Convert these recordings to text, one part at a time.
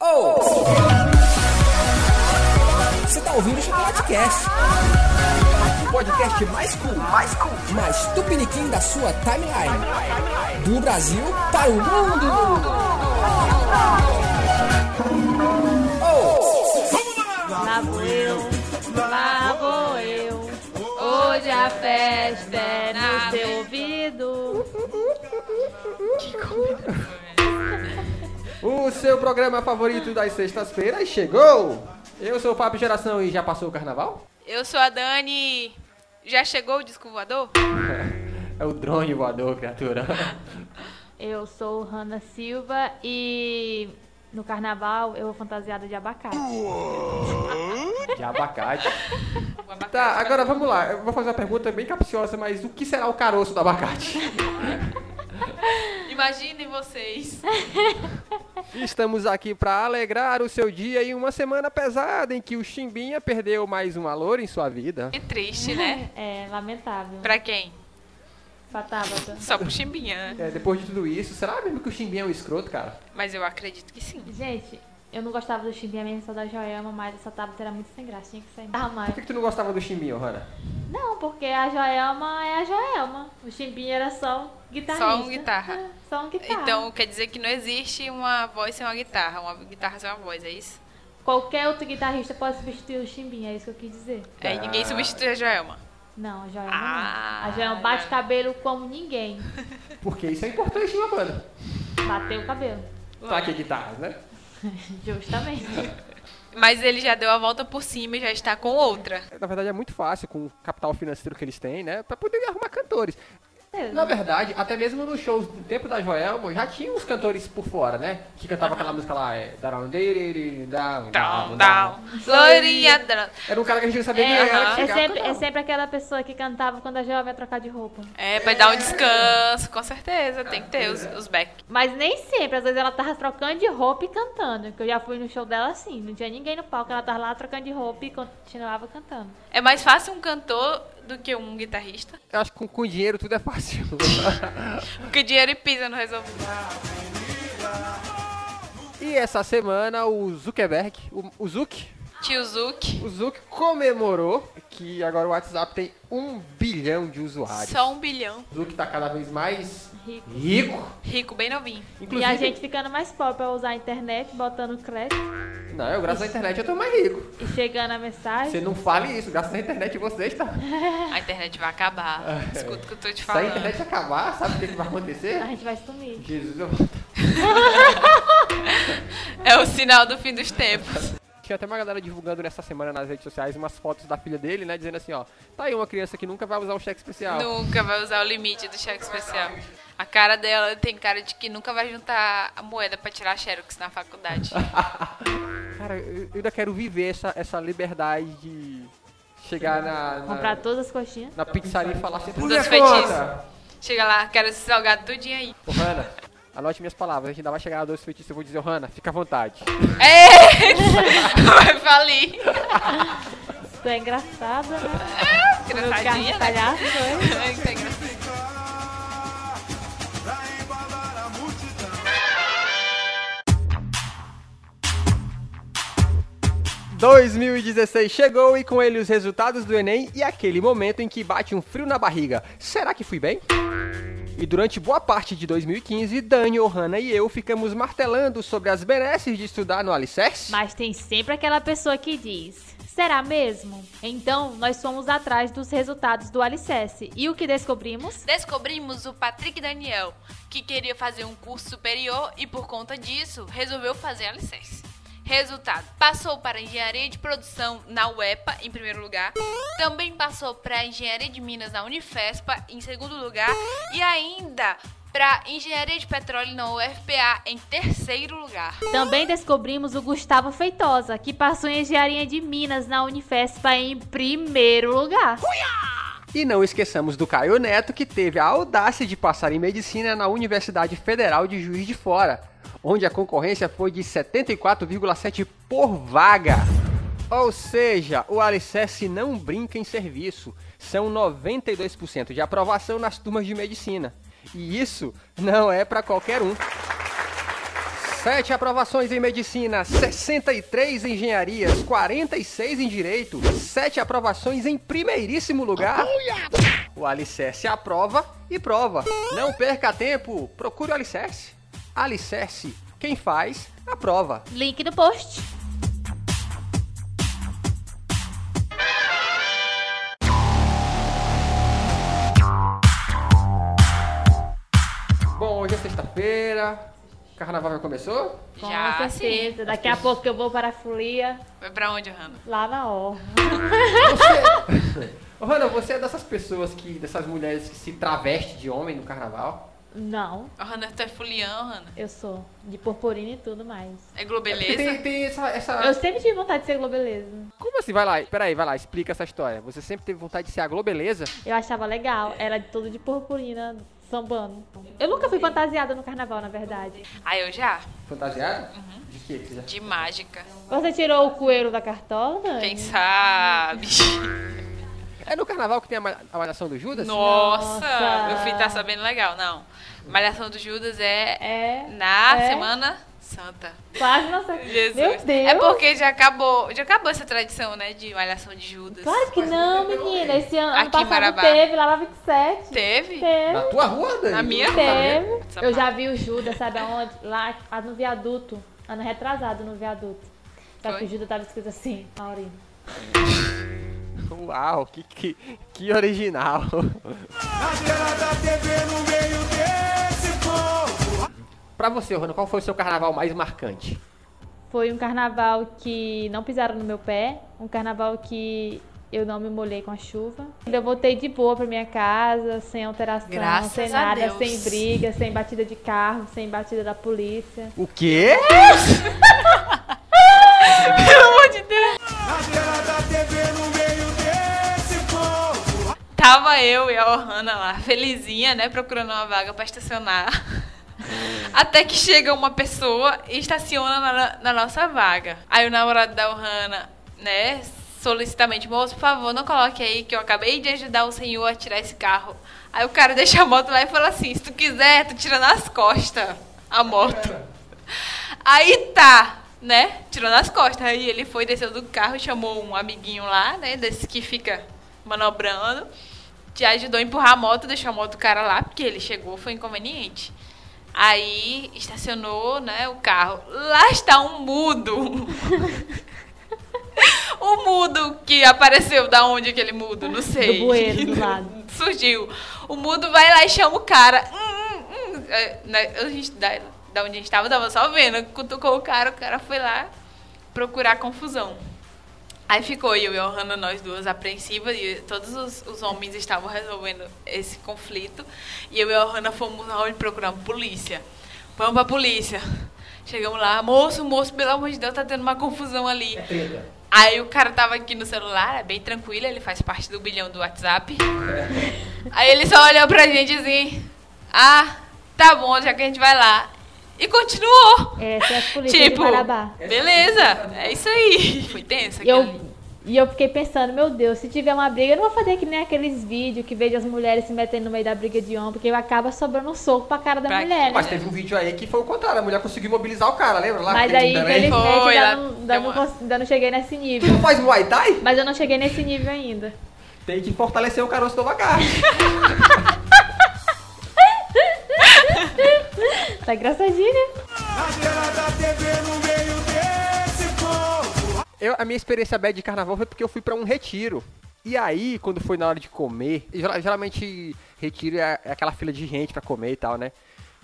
Oh! Você tá ouvindo o Chocolatecast? O podcast mais cool, mais cool, mais tupiniquim da sua timeline. Do Brasil para o mundo! Lá vou eu, lá vou eu. Hoje a festa é no seu ouvido. O seu programa favorito das sextas-feiras chegou! Eu sou o Fábio Geração e já passou o carnaval? Eu sou a Dani. Já chegou o disco voador? É o drone voador, criatura. Eu sou Hanna Silva e no carnaval eu vou fantasiada de abacate. De abacate. Tá, agora vamos lá. Eu vou fazer uma pergunta bem capciosa, mas o que será o caroço do abacate? Imaginem vocês. Estamos aqui para alegrar o seu dia em uma semana pesada em que o Chimbinha perdeu mais um valor em sua vida. É triste, né? É lamentável. Pra quem? Pra Tabata. Só pro Chimbinha. né? É, depois de tudo isso, será mesmo que o Chimbinha é um escroto, cara? Mas eu acredito que sim. Gente, eu não gostava do Chimbinha mesmo, só da Joelma, mas essa Tabata era muito sem graça, tinha que sair. Ah, Por mais. que, que tu não gostava do Chimbinha, Hanna? Não, porque a Joelma é a Joelma. O Chimbinha era só um guitarrista. Só um guitarra. É, Só um Ah. guitarra. Então quer dizer que não existe uma voz sem uma guitarra, uma guitarra sem uma voz, é isso? Qualquer outro guitarrista pode substituir o Chimbinha, é isso que eu quis dizer. É, e ninguém substitui a Joelma. Não, a Joelma Ah, não. A Joelma bate cabelo como ninguém. Porque isso é importante na banda. Bateu o cabelo. Tá aqui guitarras, né? Justamente. Mas ele já deu a volta por cima e já está com outra. Na verdade é muito fácil com o capital financeiro que eles têm, né? Pra poder arrumar cantores. É, né? Na verdade, até mesmo nos shows do tempo da Joelma, já tinha uns cantores por fora, né? Que cantavam aquela música lá, é... Down, down, down, Down, down. Glorinha, down. Era um cara que a gente não sabia quem É, era. aham. que é, chegava e sempre, é cantava. sempre aquela pessoa que cantava quando a Joelma ia trocar de roupa. É, vai dar um descanso, com certeza. Tem que ter os, os back. Mas nem sempre, às vezes ela tava trocando de roupa e cantando. Que eu já fui no show dela assim, não tinha ninguém no palco, ela tava lá trocando de roupa e continuava cantando. É mais fácil um cantor do que um guitarrista. Eu acho que com, com dinheiro tudo é fácil. Porque dinheiro e pizza não resolve. e essa semana o Zuckerberg, o, o Zuck, Tio Zuc. o Zuck comemorou que agora o WhatsApp tem um bilhão de usuários. Só um bilhão. O Zuck tá cada vez mais Rico. rico. Rico, bem novinho. Inclusive, E a gente ficando mais pobre pra usar a internet, botando crédito Não, eu graças à internet eu tô mais rico. e chegando a Você mensagem. não fale isso, graças à internet você está. A internet vai acabar. Escuta o que eu tô te Se a falando. internet acabar, sabe o que que vai A acontecer? gente vai sumir. Jesus, eu... É o sinal do fim dos tempos. Tinha até uma galera divulgando nessa semana nas redes sociais umas fotos da filha dele, né? Dizendo assim, ó, tá aí uma criança que nunca vai usar um cheque especial. Nunca vai usar o limite do cheque especial. A cara dela tem cara de que nunca vai juntar a moeda pra tirar xerox na faculdade. Cara, eu, eu ainda quero viver essa, essa liberdade de chegar na, Comprar na, todas as coxinhas. na pizzaria e falar assim, por Dos minha feitiços. conta! Chega lá, quero esse salgado tudinho aí. Ô, Hanna, anote minhas palavras, a gente ainda vai chegar na doce feitiços, eu vou dizer, ô, Hanna, fica à vontade. É! Vai falir. Tu é engraçada, né? Meu carro Engraçadinha, de né? palhaço, é. Tá engraçadinha. Enem. 2016 chegou e com ele os resultados do Enem e aquele momento em que bate um frio na barriga. Será que fui bem? E durante boa parte de 2015, Dani, Ohana e eu ficamos martelando sobre as benesses de estudar no Alicerce. Mas tem sempre aquela pessoa que diz: será mesmo? Então, nós fomos atrás dos resultados do Alicerce. E o que descobrimos? Descobrimos o Patrick Daniel, que queria fazer um curso superior e por conta disso resolveu fazer a licença. Resultado: passou para engenharia de produção na UEPA em primeiro lugar, também passou para engenharia de Minas na Unifespa em segundo lugar e ainda para engenharia de petróleo na UFPA em terceiro lugar. Também descobrimos o Gustavo Feitosa, que passou em Engenharia de Minas na Unifespa em primeiro lugar. E não esqueçamos do Caio Neto, que teve a audácia de passar em medicina na Universidade Federal de Juiz de Fora, onde a concorrência foi de 74,7 por vaga. Ou seja, o Alicerce não brinca em serviço. São 92% de aprovação nas turmas de medicina. E isso não é para qualquer um. Sete aprovações em medicina, 63 em engenharias, 46 em direito, sete aprovações em primeiríssimo lugar. O Alicerce aprova e prova. Não perca tempo, procure o Alicerce. Alicerce, quem faz, aprova. Link no post. Bom, hoje é sexta-feira, carnaval já começou? Com Já, certeza. Daqui a pouco eu vou para a folia, Vai pra onde, Hannah? lá na orla. Ô, Hannah, você é dessas pessoas que, dessas mulheres que se traveste de homem no carnaval? Não, A Hannah, tu é fulião, Hannah? eu sou de purpurina e tudo mais. Porque É globeleza? Tem, tem essa, essa- Eu sempre tive vontade de ser globeleza. Como assim? Vai lá, peraí, vai lá, explica essa história. Você sempre teve vontade de ser a Globeleza? Eu achava legal, era de todo de purpurina, sambando. Eu nunca fui fantasiada no carnaval, na verdade. Ah, eu já. Fantasiada? Uhum. De quê? que você já- De mágica. Você tirou o coelho da cartola, Dani? Quem sabe? É no carnaval que tem a, ma- a malhação do Judas? Nossa, Nossa. Meu filho tá sabendo legal, não. Malhação do Judas é, É. na é. Semana Santa. Quase nossa. Jesus. Meu Deus. É porque já acabou, já acabou essa tradição, né, de Malhação de Judas. Claro que não, menina. Esse ano, Aqui ano em passado Marabá. teve, lá na 27. Teve? Na Teve. tua rua, Dani? Na minha? Tu não sabia? Teve. Eu já vi o Judas, sabe aonde? Lá, lá no viaduto. Ano retrasado no viaduto. Só que Foi? o Judas tava escrito assim, Maurino. Uau, que, que, que original. A tela da TV no meio desse povo. pra você, Rona, qual foi o seu carnaval mais marcante? Foi um carnaval que não pisaram no meu pé, um carnaval que eu não me molhei com a chuva. Eu voltei de boa pra minha casa, sem alteração, Graças sem a nada, Deus. sem briga, sem batida de carro, sem batida da polícia. O quê? Pelo amor de Deus. A tela da TV no meio desse povo. Tava eu e a Ohana lá, felizinha, né, procurando uma vaga pra estacionar. Até que chega uma pessoa e estaciona na, na nossa vaga. Aí o namorado da Ohana, né, solicitamente, moço, por favor, não coloque aí que eu acabei de ajudar o senhor a tirar esse carro. Aí o cara deixa a moto lá e fala assim, se tu quiser, tu tira nas costas a moto. Aí tá, né? Tirou nas costas. Aí ele foi, desceu do carro, chamou um amiguinho lá, né? Desse que fica manobrando. Te ajudou a empurrar a moto, deixou a moto do cara lá, porque ele chegou, foi inconveniente. Aí estacionou, né, o carro. Lá está um mudo. o mudo que apareceu da onde aquele mudo, não sei. Do bueiro, do lado. Surgiu. O mudo vai lá e chama o cara. Hum, hum, hum. É, né, a gente, da, da onde a gente tava, tava só vendo. Cutucou o cara, o cara foi lá procurar confusão. Aí ficou eu e a Ohana, nós duas apreensivas, e todos os, os homens estavam resolvendo esse conflito. E eu e a Ohana fomos na onde procuramos polícia. Vamos pra polícia. Chegamos lá, moço, moço, pelo amor de Deus, tá tendo uma confusão ali. Aí o cara tava aqui no celular, é bem tranquilo, ele faz parte do bilhão do WhatsApp. Aí ele só olhou pra gente assim, ah, tá bom, já que a gente vai lá. E continuou. Essa é a polícia de Tipo, Marabá. beleza, é isso aí. Foi tensa E eu, aquilo ali. e eu fiquei pensando, meu Deus, se tiver uma briga, eu não vou fazer que nem aqueles vídeos que vejo as mulheres se metendo no meio da briga de homem, porque acaba sobrando um soco pra cara da Pra- mulher, né? Mas teve um vídeo aí que foi o contrário, a mulher conseguiu mobilizar o cara, lembra? Lá um Mas que teve aí, em Belém? infelizmente, Foi, ainda ela não, ainda, deu não uma- cons- ainda não cheguei nesse Tu nível. não faz Muay Thai? Mas eu não cheguei nesse nível ainda. Tem que fortalecer o caroço do abacate. Tá engraçadinho, né? A tela da TV no meio desse povo. Eu, a minha experiência bad de carnaval foi porque eu fui pra um retiro. E aí, quando foi na hora de comer, geral- geralmente retiro é é aquela fila de gente pra comer e tal, né?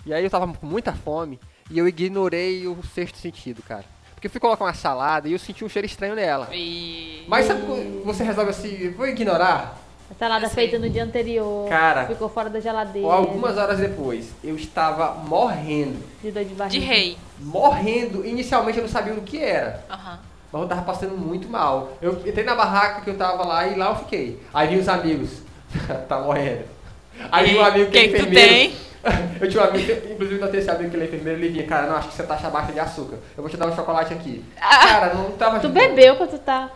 E aí eu tava com muita fome e eu ignorei o sexto sentido, cara. Porque eu fui colocar uma salada e eu senti um cheiro estranho nela. E... Mas sabe quando você resolve assim, vou ignorar? A salada Eu sei. feita no dia anterior. Cara. Ficou fora da geladeira. Ou algumas horas depois, eu estava morrendo. De dor de De barriga. rei. Morrendo. Inicialmente eu não sabia o que era. Aham. Mas eu tava passando muito mal. Eu entrei na barraca que eu tava lá e lá eu fiquei. Aí vi os amigos. tá morrendo. Aí vi um Ei, amigo que é quem que tu enfermeiro. eu tinha um amigo, que- inclusive eu tenho esse amigo que ele é enfermeiro, ele vinha, cara, não, acho que você tá baixa de açúcar. Eu vou te dar um chocolate aqui. Ah, Cara, não tava. Tu bebeu quando tu tá.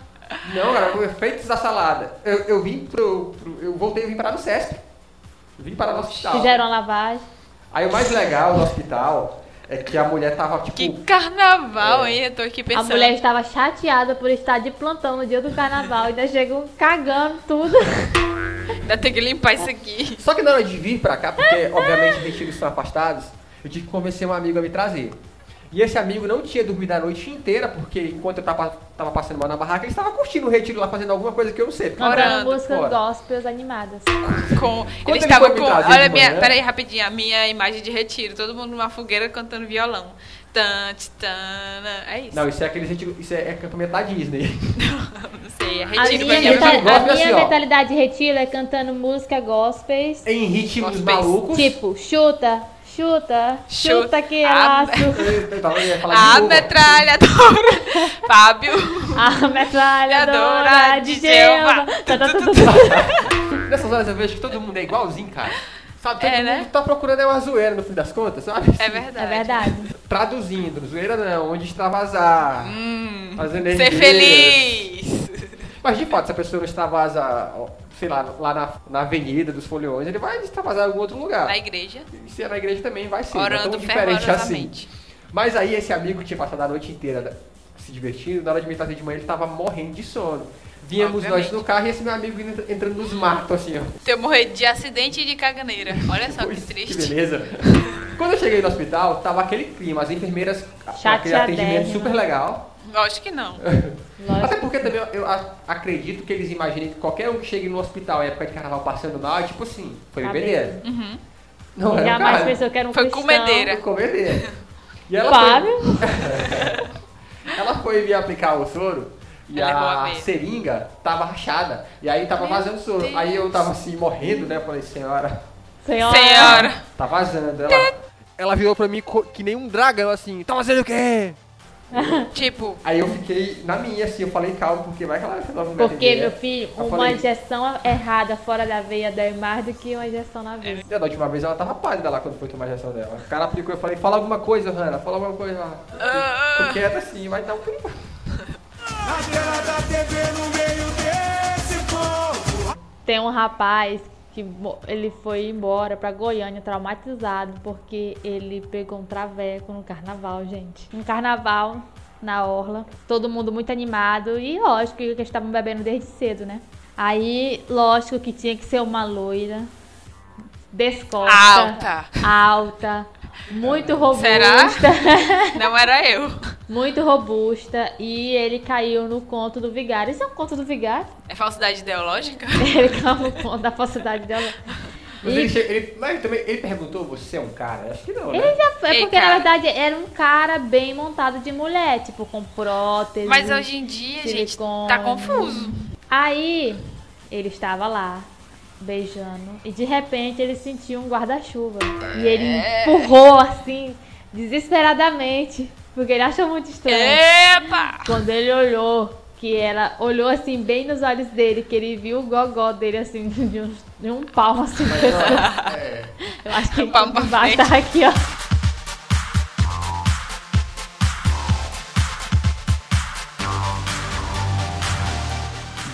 Não, cara, foi efeitos da salada. Eu, eu vim pro, pro- Eu voltei, eu vim parar no SESP. Eu Vim parar no hospital. Fizeram a lavagem. Aí o mais legal do hospital É que a mulher tava, tipo, Que carnaval, hein? Eu tô aqui É. A pensando. mulher estava chateada por estar de plantão no dia do carnaval. Ainda chegou cagando tudo. Ainda tem que limpar isso aqui. Só que na hora de vir pra cá, porque obviamente destinos são afastados, eu tive que convencer um amigo a me trazer. E esse amigo não tinha dormido a noite inteira, porque enquanto eu tava, tava passando mal na barraca, ele estava curtindo o retiro lá, fazendo alguma coisa que eu não sei. porque eu Orando, Cantando músicas fora. gospels animadas. Com... ele Ele estava foi me com. trazer Olha, a de minha... manhã- pera aí, rapidinho. A minha imagem de retiro. Todo mundo numa fogueira cantando violão. Tante, tana. É isso. Não, isso é aquele retiro, isso é, é campamento da Disney. Não sei. É A retiro minha, tá- menta- a Retiro gospel pra é minha assim, ó. mentalidade de retiro é cantando música gospels. em ritmos Nossa, malucos. Tipo, chuta, chuta, Chuta. chuta que é Ah, laço. Eu tava- eu ia falar de A novo. Ah, metralhadora. Fábio. A metralhadora Metralhadora de de Jeová. Jeová. Tá, tá, tá, tá. Nessas horas eu vejo que todo mundo é igualzinho, cara. Sabe, todo É, mundo né? tá procurando é uma zoeira no fim das contas, sabe? É verdade. É verdade. Traduzindo, zoeira não, onde extravasar. Hum, as ser energias. feliz. Mas de fato, se a pessoa não extravasa, ó, sei lá, lá na, na avenida dos foliões, ele vai extravasar em algum outro lugar. Na igreja. E se é na igreja também vai ser. não é tão Orando diferente assim. fervorosamente. Mas aí esse amigo que tinha passado a noite inteira né, se divertindo, na hora de me trazer de manhã ele tava morrendo de sono. Vínhamos nós Obviamente. no carro e esse meu amigo indo- entrando nos matos assim, ó. Se eu morrer de acidente e de caganeira. Olha só que Pois, triste. beleza. Quando eu cheguei no hospital, tava aquele clima, as enfermeiras, com aquele atendimento Chateadérrima. super legal. Acho que não. Lógico. Até porque também eu- eu a- acredito que eles imaginem que qualquer um que chegue no hospital em época de carnaval passando mal, é tipo assim, foi Tá bebedeira. Uhum. Não era o Ainda mais cara, pensou que era um Foi cristão. comedeira. foi bebedeira. E ela Fábio, foi, ela foi me aplicar o soro e Ela é boa a mesmo. seringa tava rachada. E aí tava Meu vazando soro. Deus. Aí eu tava assim, morrendo, né? Eu Falei, senhora, senhora. Senhora. tá vazando. Ela, ela virou pra mim co- que nem um dragão, assim, tá vazando o quê? Tipo, Aí eu fiquei na minha, assim, eu falei, calma, porque vai que ela ela não vai Porque, atender, meu né? filho, Eu uma falei- injeção errada fora da veia dói mais do que uma injeção na veia. Da última vez ela tava pálida lá quando foi tomar a injeção dela. O cara aplicou, eu falei, fala alguma coisa, Hanna, fala alguma coisa lá. Ah. Porque é assim, vai dar um clima. Na tela da TV, no meio desse povo. Tem um rapaz que mo- ele foi embora pra Goiânia traumatizado porque ele pegou um traveco no carnaval, gente. Um carnaval na orla, todo mundo muito animado e lógico que eles estavam bebendo desde cedo, né? Aí, lógico que tinha que ser uma loira descosta, Alta. alta, muito robusta. Será? não era eu. Muito robusta e ele caiu no conto do vigário. Isso é um conto do vigário? É falsidade ideológica? Ele caiu no conto da falsidade dela. Mas E- ele, chega- ele- mas ele também, ele perguntou, você é um cara? Acho que não, né? Ele já foi, Ei, porque na cara. verdade era um cara bem montado de mulher, tipo, com prótese. Mas hoje em dia, gente, Silicone. tá confuso. Aí ele estava lá, beijando, e de repente ele sentiu um guarda-chuva. E ele É. empurrou assim, desesperadamente, porque ele achou muito estranho. É. Epa! Quando ele olhou, que ela olhou assim bem nos olhos dele, que ele viu o gogó dele assim, de um, de um palmo assim. Eu acho que Um palmo pra vai frente. estar aqui, ó.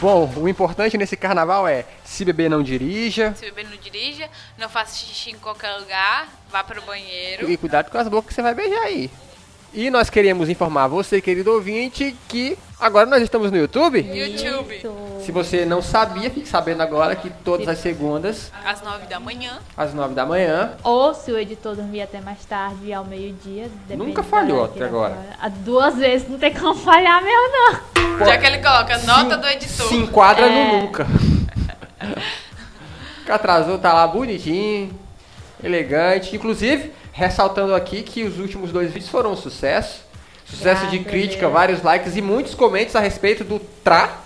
Bom, o importante nesse carnaval é, se beber não dirija, Se beber não dirija, não faça xixi em qualquer lugar, vá pro banheiro. e cuidado com as bocas que você vai beijar aí. E nós queremos informar você, querido ouvinte, que agora nós estamos no YouTube. YouTube, Se você não sabia, fique sabendo agora que todas as segundas, às 9 da manhã. às 9 da manhã, Ou se o editor dormir até mais tarde e ao meio-dia. depende Nunca da falhou hora que até ele agora. acorda. Ah, Duas vezes, não tem como falhar mesmo, não. Já que ele coloca a nota do Se editor. enquadra É. no nunca. Fica atrasou, tá lá bonitinho, elegante. Inclusive, ressaltando aqui que os últimos dois vídeos foram um sucesso. Sucesso de Graças a crítica, Deus. vários likes e muitos comentários a respeito do Tra,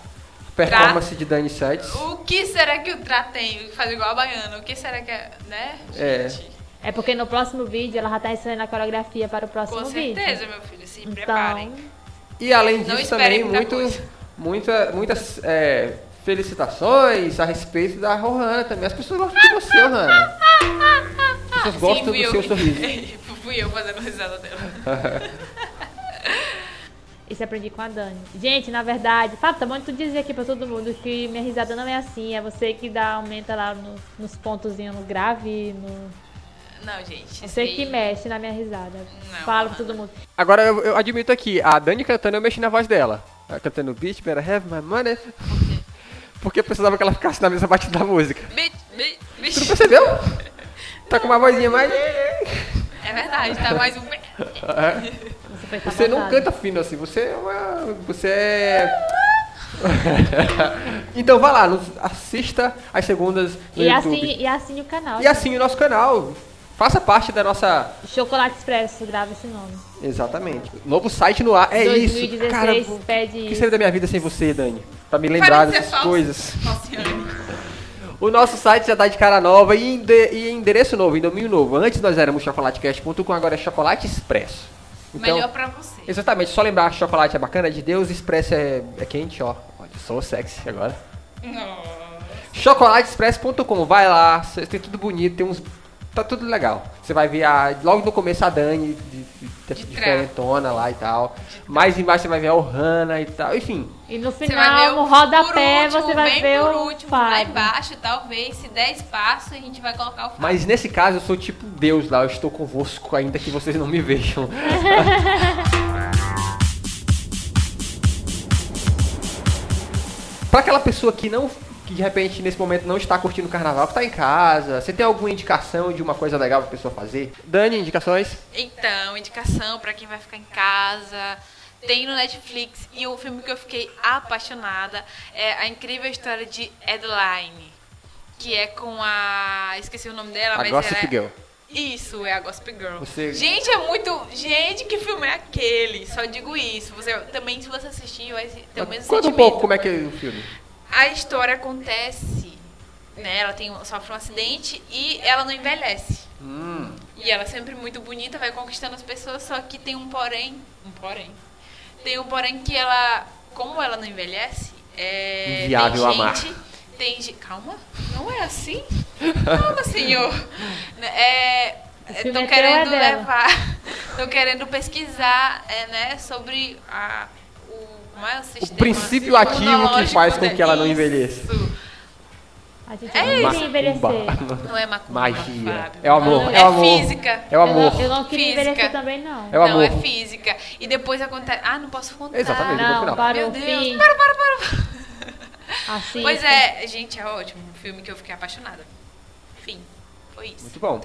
performance de Dani Santos. O que será que o Tra tem? Faz igual a baiana. O que será que é, né? É. gente? É porque no próximo vídeo ela já tá ensinando a coreografia para o próximo Com vídeo. certeza, meu filho. Se Então, preparem. E além Não disso também, esperem muito, muita coisa. muita, muitas é, felicitações a respeito da Rohana também. As pessoas gostam de você, Rohana. As pessoas gostam Ah, fui do eu seu que- sorriso. fui eu fazendo a risada dela. isso aprendi com a Dani. Gente, na verdade, Fábio, tá bom de tu dizer aqui pra todo mundo que minha risada não é assim. É você que dá, aumenta lá no- nos pontozinhos no grave, no. Não, gente. assim, Você isso que aí- mexe na minha risada. Não, Falo mano. pra todo mundo. Agora eu, eu admito aqui, a Dani cantando eu mexi na voz dela. Ela cantando Beat Better Have My Money. Porque eu precisava que ela ficasse na mesma batida da música. Bitch, bitch, bitch. Tu não percebeu? Tá com uma vozinha mais. É verdade, tá mais um. Você, foi Você não sabotado. canta fino assim, você é uma. Você é. então vai lá, nos- assista as segundas no E YouTube. assim, e assim o canal. E assine o nosso canal. Faça parte da nossa. Chocolate Expresso, grava esse nome. Exatamente. Novo site no ar. É isso. 2016 Cara, pede o que isso. seria da minha vida sem você, Dani? Pra me lembrar Parece ser dessas é falso. coisas. Falciane. O nosso site já tá de cara nova e, ende- e endereço novo, em domínio novo. Antes nós éramos chocolatecast.com, agora é chocolate expresso. Então, Melhor pra você. Exatamente, só lembrar, chocolate é bacana, é de Deus, expresso é, é quente, ó. Olha, sou sexy agora. Chocolateexpress.com, vai lá, cê- tem tudo bonito, tem uns. Tá tudo legal. Você vai ver a- logo no começo a Dani, de, de, de, De diferentona lá e tal. Mais embaixo você vai ver a Ohana e tal. Enfim, E no Você vai ver final, no o- rodapé, por último, você vai bem ver por o último, lá Fábio. embaixo, talvez, se der espaço, a gente vai colocar o Fábio. mas nesse caso eu sou tipo Deus lá, eu estou convosco ainda que vocês não me vejam. Pra aquela pessoa que não que de repente nesse momento não está curtindo o carnaval, que tá em casa, você tem alguma indicação de uma coisa legal pra pessoa fazer? Dani, indicações? Então, indicação pra quem vai ficar em casa. Tem no Netflix e o filme que eu fiquei apaixonada é A Incrível História de Adeline, que é com a esqueci o nome dela, A mas Gossip ela é- Girl. Isso, é a Gossip Girl. Você- Gente, é muito. Gente, que filme é aquele? Só digo isso. Você também se você assistir vai ter o mesmo Conta um sentimento. pouco como é que é o filme. A história acontece, né? Ela tem, sofre um acidente e ela não envelhece. Hum. E ela é sempre muito bonita, vai conquistando as pessoas, só que tem um porém. Um porém. Tem um porém que ela. Como ela não envelhece, é. Inviável tem amar. gente, Tem gente. Calma, não é assim? Calma, senhor. É. filme Estão é teu, é querendo dela. levar. Estão querendo pesquisar, é, né, sobre a. O, como é o sistema princípio ativo que imunológico faz com dela. que ela não é Isso. envelheça. A gente É não isso. queria envelhecer. Macumba. Não é macumba, Magia. Fábio. É o amor. Não, É o amor. física. É o amor. Eu não, eu não queria Física. envelhecer também, não. É o Não, amor. é física. E depois acontece... Ah, não posso contar. Exatamente, no Não, final. para Meu o Deus. fim. Para, para, para. Assim. Pois é, gente, é ótimo. Um filme que eu fiquei apaixonada. Fim. Foi isso. Muito bom.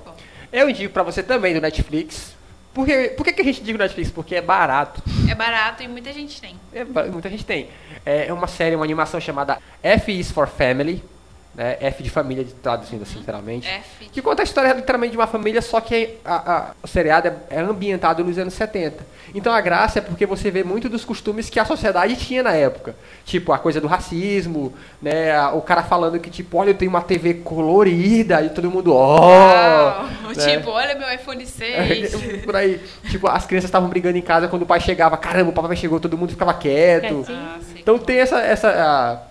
Eu indico pra você também do Netflix. Por que, por que, que a gente indica o Netflix? Porque é barato. É barato e muita gente tem. É ba- muita gente tem. É uma série, uma animação chamada F is for Family. Né? F de família, de- traduzindo assim, literalmente. F. Que conta a história literalmente de uma família, só que a, a- o seriado é, é ambientado nos anos 70. Então a graça é porque você vê muito dos costumes que a sociedade tinha na época. Tipo, a coisa do racismo, né? a- O cara falando que, tipo, olha, eu tenho uma TV colorida e todo mundo, ó. Uau. né? Tipo, olha meu iPhone 6. Por aí. Tipo, as crianças estavam brigando em casa quando o pai chegava. Caramba, o papai chegou, todo mundo ficava quieto. Quietinho. Ah, sei. Então tem essa, essa, ah,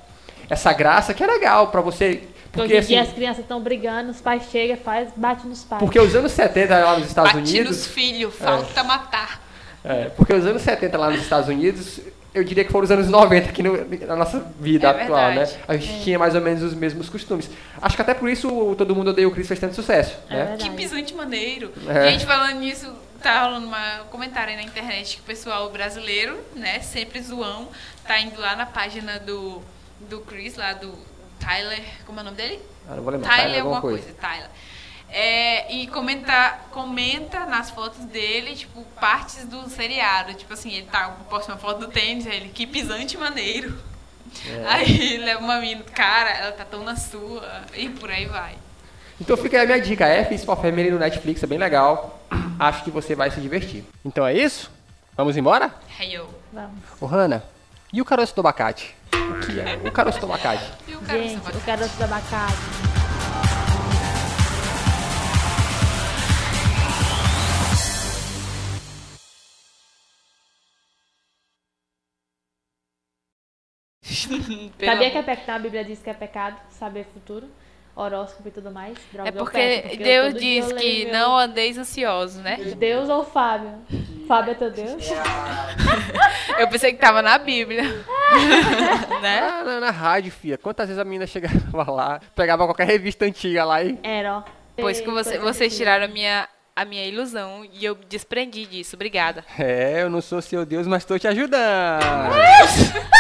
essa graça que é legal pra você. Porque Porque, hoje em dia as assim, crianças estão brigando, os pais chegam, faz, bate nos pais. porque os anos 70 lá nos Estados Bati nos Unidos. filhos, falta matar. é, porque os anos 70 lá nos Estados Unidos, eu diria que foram os anos 90 aqui no- na nossa vida É atual, verdade. né? A gente tinha mais ou menos os mesmos costumes. Acho que até por isso o todo mundo odeia o Chris fez tanto sucesso, É né? verdade. Que pisante maneiro. É. Gente, falando nisso, tá rolando uma- um comentário aí na internet que o pessoal brasileiro, né, sempre zoão, tá indo lá na página do, do Chris, lá do Tyler, como é o nome dele? Ah, não vou lembrar. Tyler, Tyler alguma coisa, Tyler. É, e comenta, comenta nas fotos dele, tipo, partes do seriado. Tipo assim, ele tá, posta uma foto do tênis, aí ele, que pisante maneiro. É. Aí leva uma mina, cara, ela tá tão na sua, e por aí vai. Então fica aí a minha dica, F is for Family no Netflix, é bem legal. Acho que você vai se divertir. Então é isso? Vamos embora? Heyo. Vamos. Ô, Hanna, e o caroço do abacate? O que é? O caroço do abacate. E o cara é Gente, o garoto da abacate. Sabia que é pecado, na Bíblia diz que é pecado saber futuro, horóscopo e tudo mais. Droga, É eu porque, peço, eu Deus todo dia diz eu que leio não andeis ansiosos, né? meu- Deus ou Fábio? Fábio é teu Deus? Eu pensei que tava na Bíblia. né? Ah, na, na rádio, fia. Quantas vezes a menina chegava lá, pegava qualquer revista antiga lá e. Era, ó. Pois que Ei, você- coisa vocês de- tiraram a minha, a minha ilusão e eu me desprendi disso. Obrigada. É, eu não sou seu Deus, mas tô te ajudando.